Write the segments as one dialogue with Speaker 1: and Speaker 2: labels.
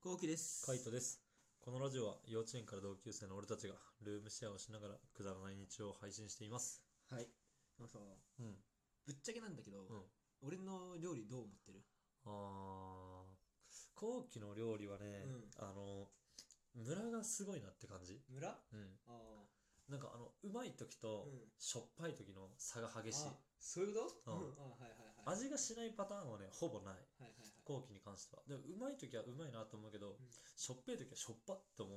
Speaker 1: こうきです。
Speaker 2: カイトです。このラジオは幼稚園から同級生の俺たちがルームシェアをしながらくだらない日常を配信しています。
Speaker 1: はい。あのさ、
Speaker 2: うん。
Speaker 1: ぶっちゃけなんだけど、
Speaker 2: うん
Speaker 1: 俺の料理どう思ってる
Speaker 2: あー、後期の料理はね、あの、ムラがすごいなって感じ。
Speaker 1: 村あ
Speaker 2: うん。
Speaker 1: あ。
Speaker 2: なんかあの、うまい時と
Speaker 1: うん
Speaker 2: しょっぱい時の差が激しい。
Speaker 1: あそういうこと
Speaker 2: うん
Speaker 1: うんあはいはいはい。
Speaker 2: 味がしないパターンはね、ほぼない。
Speaker 1: はいはいはい。
Speaker 2: 後期に関しては。でも、うまい時はうまいなと思うけど、
Speaker 1: うん
Speaker 2: しょっぱい時はしょっぱって思う。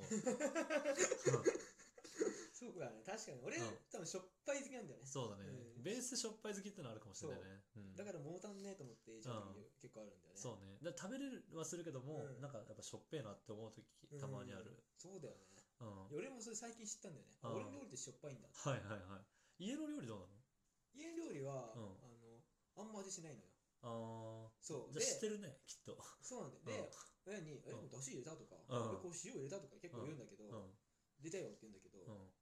Speaker 1: そうだね。確かに。俺、
Speaker 2: うん
Speaker 1: 多分しょっぱい好きなんだよね。
Speaker 2: そうだね。
Speaker 1: うん
Speaker 2: ベースしょっぱい好きってのはあるかもしれないね。うん
Speaker 1: だから物足んねえと思って、じゃあ、結構あるんだよね。
Speaker 2: そうね。だから食べれるはするけども、
Speaker 1: うん
Speaker 2: なんかやっぱしょっぺえなって思う時
Speaker 1: うん
Speaker 2: たまにある。
Speaker 1: そうだよね。い
Speaker 2: うん。
Speaker 1: や俺もそれ最近知ったんだよね。あ
Speaker 2: うん
Speaker 1: 俺の料理ってしょっぱいんだ。
Speaker 2: はいはいはい。家の料理どう
Speaker 1: 家料理は、
Speaker 2: うん
Speaker 1: あの、あんま味しないのよ。
Speaker 2: なのああ。
Speaker 1: そう
Speaker 2: じゃ
Speaker 1: で
Speaker 2: あ知ってるね、きっと。
Speaker 1: そうなんだよ。
Speaker 2: うん
Speaker 1: で、親に、え、
Speaker 2: うん
Speaker 1: だし入れたとか、俺
Speaker 2: うん
Speaker 1: こう塩入れたとか結構言うんだけど、
Speaker 2: うん。
Speaker 1: 出たよって言うんだけど、
Speaker 2: うん。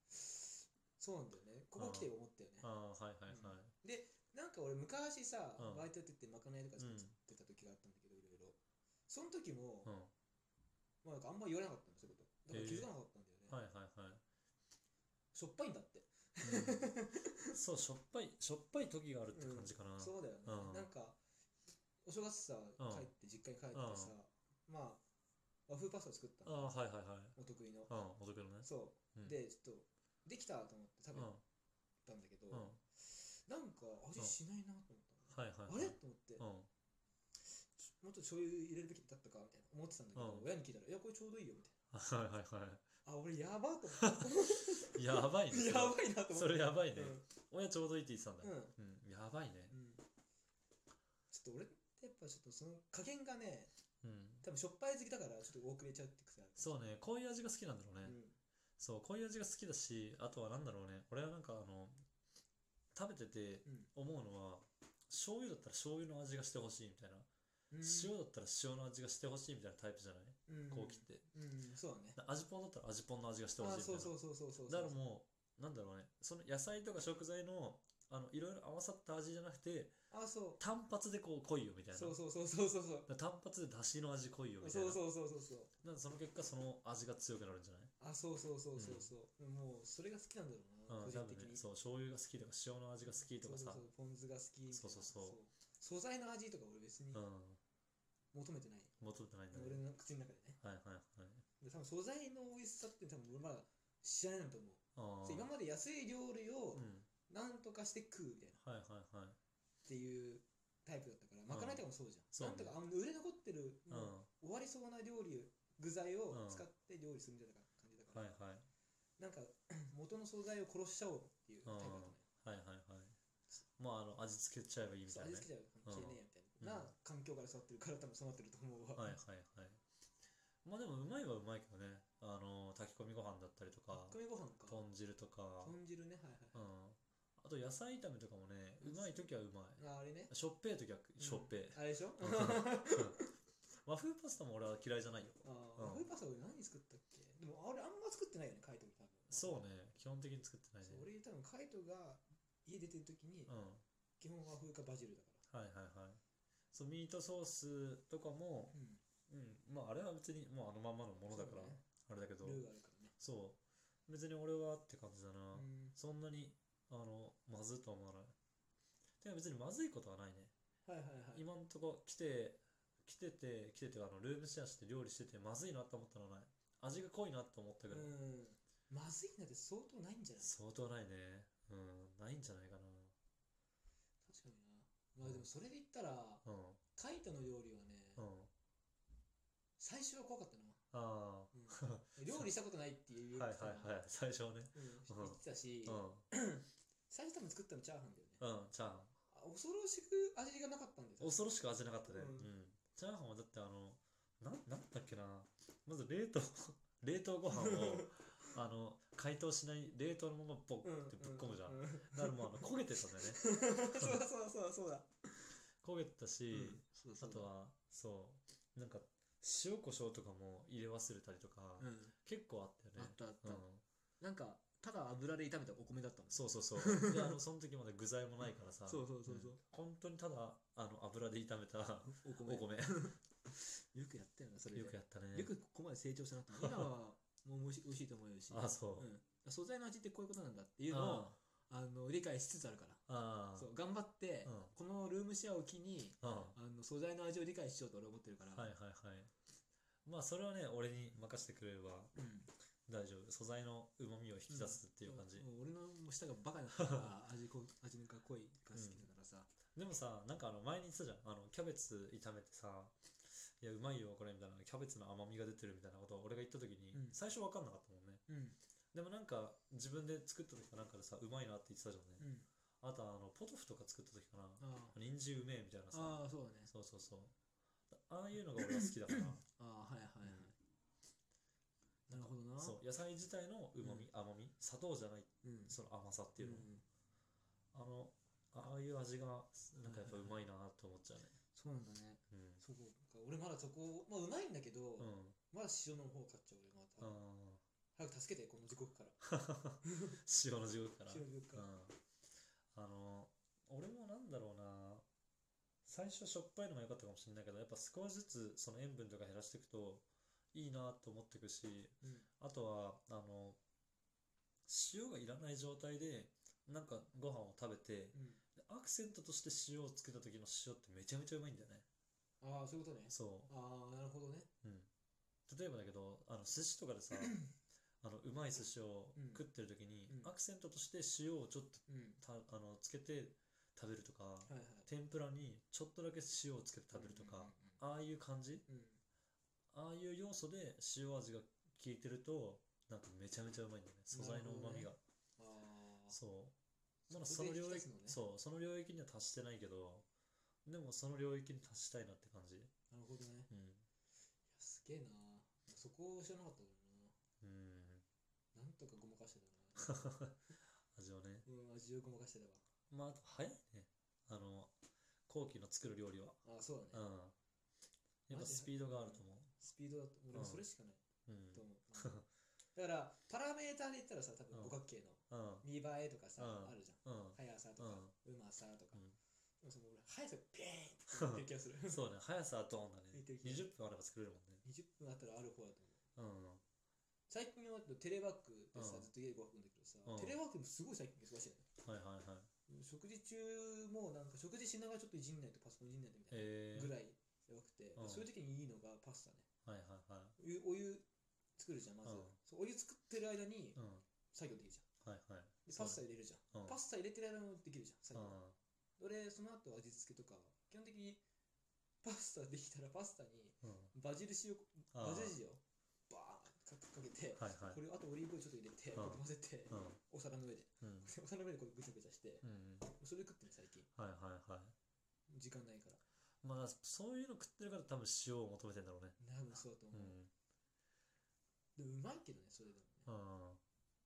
Speaker 1: そうなんだよね。ここ来て思ったよね。
Speaker 2: ああー、はいはいはい。
Speaker 1: なんか俺昔さ、
Speaker 2: うん
Speaker 1: バイトやっててまかないとか作ってた時があったんだけど、いろいろ。その時も、
Speaker 2: うん。
Speaker 1: まあなんかあんま言わなかったんですよ、こと。だから気づかなかったんだよね。
Speaker 2: はいはい はい。
Speaker 1: しょっぱいんだって。
Speaker 2: うんそう、しょっぱい、しょっぱい時があるって感じかな。うん。
Speaker 1: そうだよね。
Speaker 2: うん
Speaker 1: なんか、お正月さ、
Speaker 2: ん
Speaker 1: 帰って、実家に帰ってさ、まあ、和風パスタ作った
Speaker 2: ああ
Speaker 1: の。
Speaker 2: ー、はいはいはい。
Speaker 1: お得意の。
Speaker 2: うん、お得のね。
Speaker 1: そうう。
Speaker 2: ん
Speaker 1: で、ちょっと、できたと思って食
Speaker 2: うん。
Speaker 1: べ
Speaker 2: うん。
Speaker 1: たんだけど、
Speaker 2: は
Speaker 1: なんか味しないなと思った
Speaker 2: いはいはい。
Speaker 1: の。あれと思って、
Speaker 2: うん。
Speaker 1: もっと醤油入れるべきだったかみたいな思ってたんだけど、
Speaker 2: うん
Speaker 1: 親に聞いたら、いや、これちょうどいいよみたい
Speaker 2: はいはいは
Speaker 1: な。あ、俺やばと思って。
Speaker 2: い。やば いね。それ
Speaker 1: やばいなと思って。
Speaker 2: それやばいね
Speaker 1: う。
Speaker 2: 親ちょうどいいって言ってたんだ
Speaker 1: ん。。うん
Speaker 2: うん。やばいね。
Speaker 1: うんちょっと俺ってやっぱちょっとその加減がね、
Speaker 2: うん。
Speaker 1: 多分しょっぱい好きだからちょっと遅れちゃうって癖ある。
Speaker 2: そうね、こういう味が好きなんだろうね。
Speaker 1: うん。
Speaker 2: そう、こういう味が好きだし、あとはなんだろうね、俺はなんかあの、食べてて
Speaker 1: うん。
Speaker 2: 思うのは、醤油だったら醤油の味がしてほしいみたいな、
Speaker 1: うん
Speaker 2: 塩だったら塩の味がしてほしいみたいなタイプじゃない
Speaker 1: うん
Speaker 2: こうきって。
Speaker 1: うん、そうだね。
Speaker 2: だ味ぽんだったら味ぽんの味がしてほ
Speaker 1: あ
Speaker 2: しい
Speaker 1: そう
Speaker 2: みた
Speaker 1: そ
Speaker 2: いな。
Speaker 1: うそうそうそう。
Speaker 2: だからもう、なんだろうね、その野菜とか食材の、あの、いろいろ合わさった味じゃなくて、
Speaker 1: あ、そう。
Speaker 2: 単発でこう濃いよみたいな。
Speaker 1: そうそうそうそうそうそう。
Speaker 2: だから単発で出汁の味濃いよみたい
Speaker 1: そ
Speaker 2: な。
Speaker 1: うそうそうそうそう。
Speaker 2: なんでその結果、その味が強くなるんじゃない
Speaker 1: あ、そうそうそうそうそう。もうそれが好きなんだろうな、
Speaker 2: う
Speaker 1: 個
Speaker 2: ん、
Speaker 1: 人
Speaker 2: 多分
Speaker 1: 的
Speaker 2: ね、
Speaker 1: に。
Speaker 2: そう、醤油が好きとか、塩の味が好きとか
Speaker 1: そう、
Speaker 2: さ
Speaker 1: そうそうポン酢が好きみたいな
Speaker 2: そうそうそう
Speaker 1: 素材の味とか俺別に
Speaker 2: うん、
Speaker 1: 求めてない、
Speaker 2: 求めてないんだ
Speaker 1: 俺の
Speaker 2: ね。
Speaker 1: 口の中でね
Speaker 2: はいはいはい。
Speaker 1: で多分素材の美味しさって多分俺まだ知らないんだと思う
Speaker 2: あ
Speaker 1: そう今まで安い料理
Speaker 2: あ、
Speaker 1: を
Speaker 2: うん、
Speaker 1: なんとかして食うみたいなっ
Speaker 2: はいはいはい。
Speaker 1: ていうタイプだったからまかないとかもそうじゃん、
Speaker 2: そう
Speaker 1: なん
Speaker 2: ね
Speaker 1: とかあの売れ残ってる、
Speaker 2: う
Speaker 1: も
Speaker 2: ん、
Speaker 1: う終わりそうな料理具材を
Speaker 2: うん
Speaker 1: 使って料理するみたいな感じだか
Speaker 2: はい
Speaker 1: ら、
Speaker 2: はい。
Speaker 1: なんか 元の素材を殺しちゃおうっていうタイプだったのよ
Speaker 2: はいはいはい。まあ、あの、味付けちゃえばいいみ
Speaker 1: そ
Speaker 2: た
Speaker 1: う
Speaker 2: いな
Speaker 1: 味付
Speaker 2: ね。
Speaker 1: けちゃ関係ねえやみたいな、
Speaker 2: うん
Speaker 1: な環境から育ってるから多分そうなってると思うわ、
Speaker 2: はいはいはい。まあでも、うまいはうまいけどね。あの、炊き込みご飯だったりとか、
Speaker 1: 炊き込みご飯か
Speaker 2: 豚汁とか、
Speaker 1: 豚汁ねはいはい
Speaker 2: うん。あと、野菜炒めとかもね、うまい時はうまい。
Speaker 1: ああれね
Speaker 2: しょっぺい時はしょっぺい。
Speaker 1: あれでしょ
Speaker 2: う
Speaker 1: あ
Speaker 2: ん和風パスタも俺は嫌いじゃ ないよ。
Speaker 1: ー和風パスタ俺何作ったっけでもあれあんま作ってないよねカイトも多分
Speaker 2: そうね、基本的に作ってないね
Speaker 1: そう。俺多分カイトが家出てる時に
Speaker 2: うん。
Speaker 1: 基本和風かバジルだか
Speaker 2: はいはいはい。そう、ミートソースとかも
Speaker 1: ら、うん
Speaker 2: うん、まああれは別にもうあのまんまのものだから、
Speaker 1: そうね
Speaker 2: あれだけど、
Speaker 1: ルーがあるからね
Speaker 2: そう、別に俺はって感じだな。
Speaker 1: うん
Speaker 2: そんなに、あの、まずいとは思わない。てか別にまずいことはないね。
Speaker 1: はいはいはい
Speaker 2: 今んとこ来て、来てて、来てて、あの、ルームシェアして料理してて、まずいなと思ったのはない。味が濃いなと思ったぐらい。
Speaker 1: うんまずいなんて相当ないんじゃない
Speaker 2: 相当ないね。うん、ないんじゃないかな。
Speaker 1: 確かになまあでもそれで言ったら
Speaker 2: うん、
Speaker 1: カイトの料理はね
Speaker 2: うん。
Speaker 1: 最初は怖かったな
Speaker 2: あ
Speaker 1: うん 料理したことないっていう
Speaker 2: あ、はいはいはい、最初はね。
Speaker 1: うん言ってたし、
Speaker 2: うん、
Speaker 1: 最初多分作ったのチャーハンだよね。
Speaker 2: うん、チャーハン。
Speaker 1: あ恐ろしく味がなかったんだよ。
Speaker 2: 恐ろしく味なかったね、
Speaker 1: うん
Speaker 2: うんチャーハンはだってあのななんだっけなまず冷凍 冷凍ご 飯をあの解凍しない冷凍のままボッってぶっ込むじゃん、
Speaker 1: ううう
Speaker 2: だからもうあの焦げてたんだよね
Speaker 1: そうだそうだそうだそうだ。
Speaker 2: 焦げてたし、
Speaker 1: そう
Speaker 2: あと
Speaker 1: は、
Speaker 2: はそうなんか塩コショウとかも入れ忘れたりとか、
Speaker 1: うん、
Speaker 2: 結構あったよね
Speaker 1: あったあった
Speaker 2: うん、
Speaker 1: なんかただ油で炒めたお米だったもん
Speaker 2: そうそうそう であのその時まで具材もないからさ
Speaker 1: そうそうそうそうん
Speaker 2: 本当にただあの油で炒めた
Speaker 1: お米
Speaker 2: お米
Speaker 1: よくやったよな、それで。
Speaker 2: よくやったね
Speaker 1: よくここまで成長したな って。今はもう美味し美味しいと思えるし。
Speaker 2: あそう、
Speaker 1: うん、素材の味ってこういうことなんだっていうのを
Speaker 2: あ
Speaker 1: あの理解しつつあるから。
Speaker 2: ああ
Speaker 1: そう頑張って、
Speaker 2: うん
Speaker 1: このルームシェアを機に、
Speaker 2: あ
Speaker 1: あの素材の味を理解しようと俺は思ってるから。
Speaker 2: はいはいはいまあそれはね俺に任せてくれれば
Speaker 1: うん
Speaker 2: 大丈夫素材のうまみを引き出すっていう感じ、
Speaker 1: んもう俺のもう舌がバカになったから味こう味が濃いが好きだからさ、
Speaker 2: でもさなんかあの前に言ってたじゃんあのキャベツ炒めてさいやうまいよこれみたいなキャベツの甘みが出てるみたいなことを俺が言った時に、
Speaker 1: うん
Speaker 2: 最初分かんなかったもんね
Speaker 1: うん
Speaker 2: でもなんか自分で作った時かなんかでさうまいなって言ってたじゃんね、
Speaker 1: うん
Speaker 2: あとはあのポトフとか作った時かな
Speaker 1: あ
Speaker 2: 人参うめえみたいなさ
Speaker 1: あああそうだね
Speaker 2: そうそうそうああいうのが俺は好きだから
Speaker 1: ああはいはいはい、なるほどな
Speaker 2: そう野菜自体のうまみ、甘み砂糖じゃない
Speaker 1: うん、
Speaker 2: その甘さっていうの、
Speaker 1: ん
Speaker 2: あのああいう味がなんかやっぱうまいなと思っちゃうね
Speaker 1: そうなんだね
Speaker 2: うん
Speaker 1: そうか俺まだそこまあうまいんだけど、
Speaker 2: うん
Speaker 1: まだ塩の方買っちゃう俺また、
Speaker 2: あ
Speaker 1: 早く助けてこの地獄から
Speaker 2: ー塩の地獄から
Speaker 1: 塩の地獄から、
Speaker 2: うん、あの俺もなんだろうな最初しょっぱいのが良かったかもしれないけどやっぱ少しずつその塩分とか減らしていくといいなと思っていくし
Speaker 1: うん
Speaker 2: あとはあの塩がいらない状態でなんかご飯を食べて
Speaker 1: うん
Speaker 2: でアクセントとして塩をつけた時の塩ってめちゃめちゃうまいんだよね
Speaker 1: ああそういうことね
Speaker 2: そ
Speaker 1: ああなるほどね
Speaker 2: う、うん、例えばだけどあの寿司とかでさあのうまい寿司を
Speaker 1: うん
Speaker 2: 食ってる時に、
Speaker 1: うん
Speaker 2: アクセントとして塩をちょっと
Speaker 1: うん
Speaker 2: たあのつけて食べるとか、
Speaker 1: はいはい
Speaker 2: 天ぷらにちょっとだけ塩をつけて食べるとか、ああいう感じ
Speaker 1: うんうんうんうん
Speaker 2: ああいう要素で塩味が効いてるとなんかめちゃめちゃうまいんだよね素材のうまみが、
Speaker 1: うんああ
Speaker 2: そうまだ
Speaker 1: そ
Speaker 2: そ
Speaker 1: こ
Speaker 2: の
Speaker 1: で
Speaker 2: 領
Speaker 1: 引き
Speaker 2: 域
Speaker 1: 立つのね
Speaker 2: そうその領域には達してないけどでもその領域に達したいなって感じ
Speaker 1: なるほどね
Speaker 2: うん
Speaker 1: いやすげえなそこを知らなかったもん
Speaker 2: うん
Speaker 1: ななんとかごまかしてた
Speaker 2: 味をね
Speaker 1: なうん味をごまかしてた
Speaker 2: まああと早いねあの後期の作る料理は
Speaker 1: わああそう
Speaker 2: う
Speaker 1: だ
Speaker 2: ん
Speaker 1: ね
Speaker 2: やっぱスピードがあると思
Speaker 1: スピードだと俺もそれしかないう
Speaker 2: うん
Speaker 1: と思う、うんだからパラメーターで言ったらさ多分
Speaker 2: うん
Speaker 1: 五角形の
Speaker 2: うん
Speaker 1: 見栄えとかさ、
Speaker 2: うん
Speaker 1: あるじゃん
Speaker 2: うん
Speaker 1: 速さとか、うまさとか、
Speaker 2: うん
Speaker 1: でもその俺速さがピーンって言ってる気が する
Speaker 2: そうね、速さはドーンだ
Speaker 1: 見
Speaker 2: ね
Speaker 1: てる。気が
Speaker 2: 20分あれば作れるもんね。
Speaker 1: 20分あったらある方だと思う
Speaker 2: うん。
Speaker 1: 最近はテレワークでさ、
Speaker 2: うん
Speaker 1: ずっと家でご飯食うんだけどさ、
Speaker 2: うん
Speaker 1: テレワークもすごい最近忙しいよね
Speaker 2: はいはいはい。
Speaker 1: 食事中もなんか食事しながらちょっといじんないとパソコンいじんないとみたい
Speaker 2: え
Speaker 1: な
Speaker 2: ー。
Speaker 1: ぐらい弱くて、
Speaker 2: うん
Speaker 1: そういう時にいいのがパスタね
Speaker 2: はいはいは
Speaker 1: お
Speaker 2: い。
Speaker 1: 湯お湯作るじゃんまず、
Speaker 2: うん
Speaker 1: そうお湯作ってる間に
Speaker 2: うん。
Speaker 1: 作業できるじゃん
Speaker 2: はいはい。
Speaker 1: で
Speaker 2: そ
Speaker 1: パ
Speaker 2: う
Speaker 1: スタ入れるじゃん、
Speaker 2: うん
Speaker 1: パスタ入れてる間もできるじゃん
Speaker 2: う
Speaker 1: 作
Speaker 2: ん
Speaker 1: 業、。俺その後味付けとか基本的にパスタできたらパスタに
Speaker 2: うん。
Speaker 1: バジル塩
Speaker 2: あー
Speaker 1: バジル塩バーンかかけて、
Speaker 2: はいはい
Speaker 1: こ。れあとオリーブオイルちょっと入れて、
Speaker 2: うん
Speaker 1: こうやって混ぜて、
Speaker 2: うん。
Speaker 1: お皿の上で
Speaker 2: うん。
Speaker 1: お皿の上でこれぐちゃぐちゃして、
Speaker 2: うん。
Speaker 1: それ食ってる最近
Speaker 2: はいはいはい。
Speaker 1: 時間ないから
Speaker 2: まあ、そういうの食ってるから多分塩を求めてんだろうね。
Speaker 1: 多分そうだと思
Speaker 2: う
Speaker 1: う、
Speaker 2: ん。
Speaker 1: でもうまいけどねそれでもね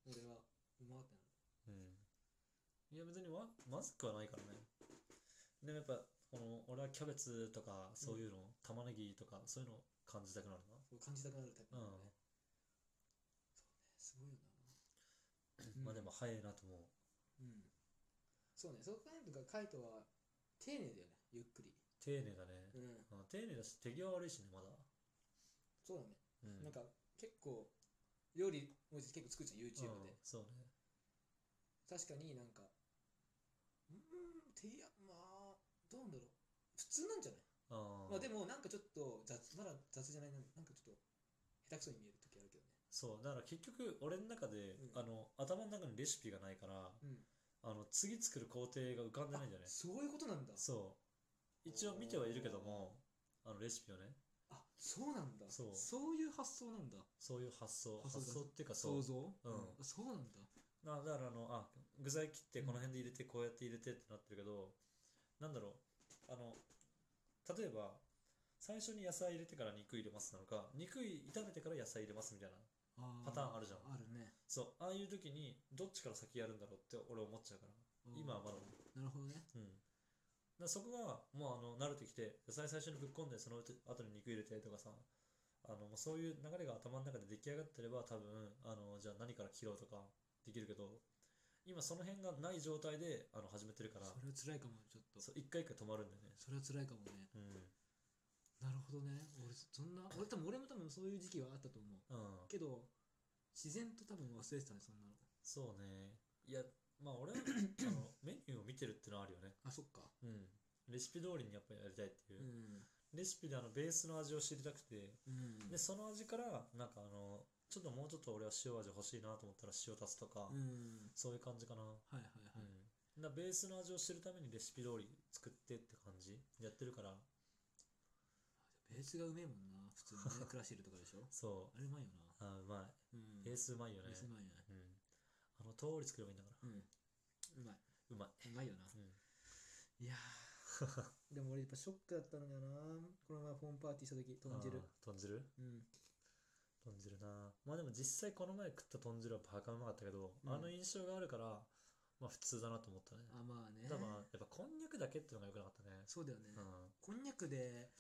Speaker 2: うん。
Speaker 1: 俺はうまかったな
Speaker 2: うん。いや別にわまずくはないからね。でもやっぱ、この俺はキャベツとかそういうの、玉ねぎとかそういうのを感じたくなるな。
Speaker 1: そう感じたくなるタイプなんだよね、
Speaker 2: うん
Speaker 1: そうねすごいよな
Speaker 2: まあでも早いなと思う。
Speaker 1: うんそうね、そう考えるとカイトは丁寧だよね、ゆっくり。
Speaker 2: 丁寧だね。
Speaker 1: うん、
Speaker 2: うん丁寧だし手際悪いしねまだ、
Speaker 1: そうだね。
Speaker 2: うん、
Speaker 1: なんか結構、料理を結構作るじゃん、YouTube
Speaker 2: うん
Speaker 1: で。
Speaker 2: そうね
Speaker 1: 確かになんか、うーん、手や、まあ、どうなんだろう。普通なんじゃない
Speaker 2: あ
Speaker 1: まあで
Speaker 2: も
Speaker 1: もなんかちょっと雑、まだ雑じゃないな、なんかちょっと下手くそに見える時あるけどね。
Speaker 2: そうだから結局俺の中で、
Speaker 1: うん
Speaker 2: あの頭の中にレシピがないから
Speaker 1: うん。
Speaker 2: あの次作る工程が浮かんでないんだよね
Speaker 1: そういうことなんだ。
Speaker 2: そう一応見てはいるけどもあのレシピをね
Speaker 1: あ、そうなんだ。
Speaker 2: そう
Speaker 1: そういう発想なんだ。
Speaker 2: そういう発想
Speaker 1: 発想
Speaker 2: 発
Speaker 1: だ
Speaker 2: 想っていうかそ
Speaker 1: 想
Speaker 2: う
Speaker 1: 像
Speaker 2: うん
Speaker 1: ん。そうなんだ。
Speaker 2: なだからあのあ具材切ってこの辺で入れてこうやって入れてってなってるけど、なんだろうあの例えば最初に野菜入れてから肉入れますなのか肉炒めてから野菜入れますみたいな
Speaker 1: あ
Speaker 2: パターンあるじゃん
Speaker 1: あるね。
Speaker 2: そうああいう時にどっちから先やるんだろうって俺思っちゃうから
Speaker 1: うん
Speaker 2: 今はまだ
Speaker 1: なるほどね。
Speaker 2: うんだからそこがもうあの慣れてきて野菜最初にぶっ込んでその後に肉入れてとかさあのもうそういう流れが頭の中で出来上がってれば多分あのじゃあ何から切ろうとかできるけど今その辺がない状態であの始めてるから
Speaker 1: それは辛いかも、ちょっと。
Speaker 2: そう一回一回止まるんだよね
Speaker 1: それは辛いかもね。
Speaker 2: うん
Speaker 1: なるほどね俺そんな俺多分俺も多分そういう時期はあったと思う
Speaker 2: うん
Speaker 1: けど自然と多分忘れてたねそんなの
Speaker 2: そうねいやまあ俺はあのメニューを見てるってのはあるよね
Speaker 1: あそっか
Speaker 2: うんレシピ通りにやっぱりやりたいっていうう、
Speaker 1: ん
Speaker 2: レシピであのベースの味を知りたくて
Speaker 1: うん
Speaker 2: でその味からなんかあのちょっともうちょっと俺は塩味欲しいなと思ったら塩足すとか、
Speaker 1: うん
Speaker 2: そういう感じかな
Speaker 1: はいはいはい、
Speaker 2: うん、だからベースの味を知るためにレシピ通り作ってって感じやってるから
Speaker 1: ベースがうめえもんな普通に ねクラシルとかでしょ
Speaker 2: そ
Speaker 1: あれうまいよな
Speaker 2: うあうま
Speaker 1: うん
Speaker 2: いベースうまいよね
Speaker 1: ベースうまいよね
Speaker 2: うん、あの通り作ればいいんだから
Speaker 1: うんうまいう
Speaker 2: まい、
Speaker 1: うまいよな
Speaker 2: うん、
Speaker 1: いや ーでも俺やっぱショックだったんだよなこの前ホームパーティーした時豚汁
Speaker 2: あー豚汁
Speaker 1: うん
Speaker 2: 豚汁なまあでも実際この前食った豚汁はバカうまかったけど、
Speaker 1: うん
Speaker 2: あの印象があるからまあ普通だなと思ったね
Speaker 1: あまあね
Speaker 2: 多分やっぱこんにゃくだけってのが良くなかったね
Speaker 1: そうだよね、
Speaker 2: うん
Speaker 1: こんにゃくで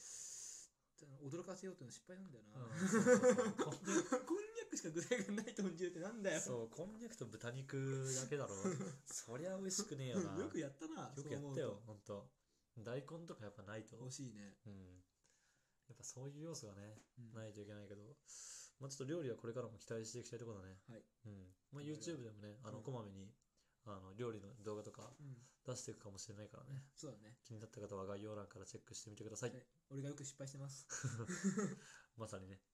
Speaker 1: 驚かせようっていうの失敗なんだよ な、
Speaker 2: うんそうそうそうこんにゃく
Speaker 1: こんにゃくしか具材がない豚汁ってなんだよ
Speaker 2: そうこんにゃくと豚肉だけだろそりゃ美味しくねえよ な
Speaker 1: よくやったな
Speaker 2: よくや
Speaker 1: そう思
Speaker 2: っ
Speaker 1: う
Speaker 2: た
Speaker 1: と
Speaker 2: よ、ほんと。大根とかやっぱないと。
Speaker 1: 欲しいね、
Speaker 2: うん。やっぱそういう要素がね、
Speaker 1: うん
Speaker 2: ないといけないけど、まあちょっと料理はこれからも期待していきたいところだね。
Speaker 1: はい
Speaker 2: うん。まあ YouTube でもね、あの、
Speaker 1: うん
Speaker 2: こまめに、あの、料理の動画とか
Speaker 1: うん、
Speaker 2: 出していくかもしれないからね。
Speaker 1: そうだね、
Speaker 2: 気になった方は概要欄からチェックしてみてください。
Speaker 1: はい俺がよく失敗してます
Speaker 2: まさにね。